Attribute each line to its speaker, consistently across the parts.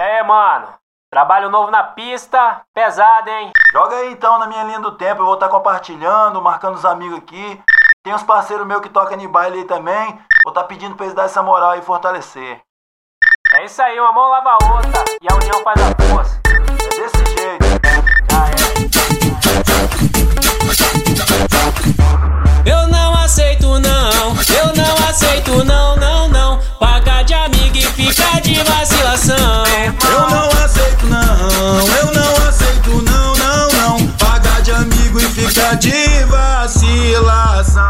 Speaker 1: aí, mano? Trabalho novo na pista, pesado, hein?
Speaker 2: Joga aí então na minha linha do tempo, eu vou estar compartilhando, marcando os amigos aqui. Tem uns parceiros meus que tocam de baile aí também. Vou estar pedindo pra eles dar essa moral e fortalecer.
Speaker 1: É isso aí, uma mão lava a outra e a união faz a força.
Speaker 2: É desse jeito.
Speaker 1: é.
Speaker 3: Eu não aceito não, eu não aceito não, não, não. Pagar de amigo e ficar de vacilação.
Speaker 4: Eu não aceito não, eu não aceito não, não, não. Pagar de amigo e ficar de vacilação.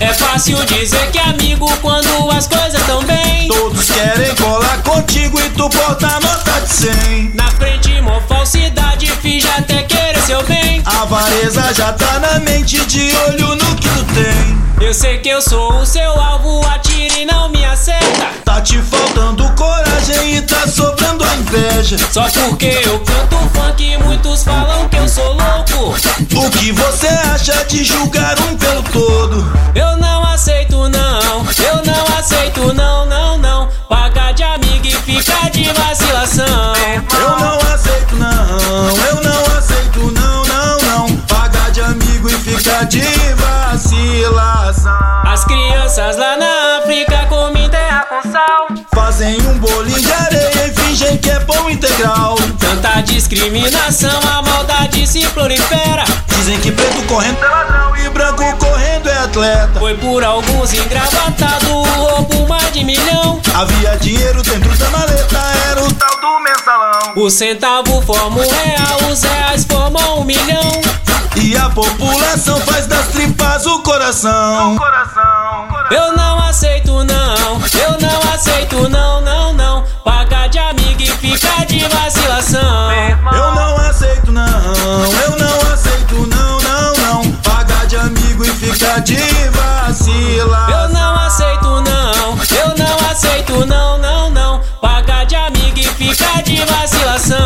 Speaker 3: É fácil dizer que é amigo quando as coisas estão bem.
Speaker 4: Todos querem colar contigo e tu porta nota de 100.
Speaker 3: Na frente, mó falsidade, fiz até querer seu bem.
Speaker 4: A avareza já tá na mente de olho no que tu tem.
Speaker 3: Eu sei que eu sou o seu alvo, atire e não me acerta.
Speaker 4: Tá te faltando coragem e tá sobrando a inveja.
Speaker 3: Só porque eu canto funk, muitos falam que eu sou louco.
Speaker 4: O que você acha de julgar um pelo todo?
Speaker 3: Eu não aceito não, eu não aceito não, não, não. Pagar de amigo e ficar de vacilação.
Speaker 4: Eu não aceito não, eu não aceito não, não, não. Pagar de amigo e ficar de vacilação.
Speaker 3: As crianças lá na África comem terra com sal.
Speaker 4: Fazem um bolinho de areia e fingem que é pão integral.
Speaker 3: Tanta discriminação, a maldade se prolifera.
Speaker 4: Dizem que preto correndo é ladrão e branco correndo é atleta.
Speaker 3: Foi por alguns engravatado, roubo mais de milhão.
Speaker 4: Havia dinheiro dentro da maleta, era o tal do mensalão.
Speaker 3: O centavo forma um real, os reais formam um milhão.
Speaker 4: E a população faz das tripas o coração.
Speaker 3: Eu não aceito não, eu não aceito não, não, não. Pagar de amigo e ficar de vacilação.
Speaker 4: Eu não aceito não, eu não aceito não, não, não. Pagar de amigo e ficar de
Speaker 3: Eu
Speaker 4: vacila.
Speaker 3: não aceito não, eu não aceito não, não, não. Pagar de amigo e ficar de vacilação.
Speaker 1: É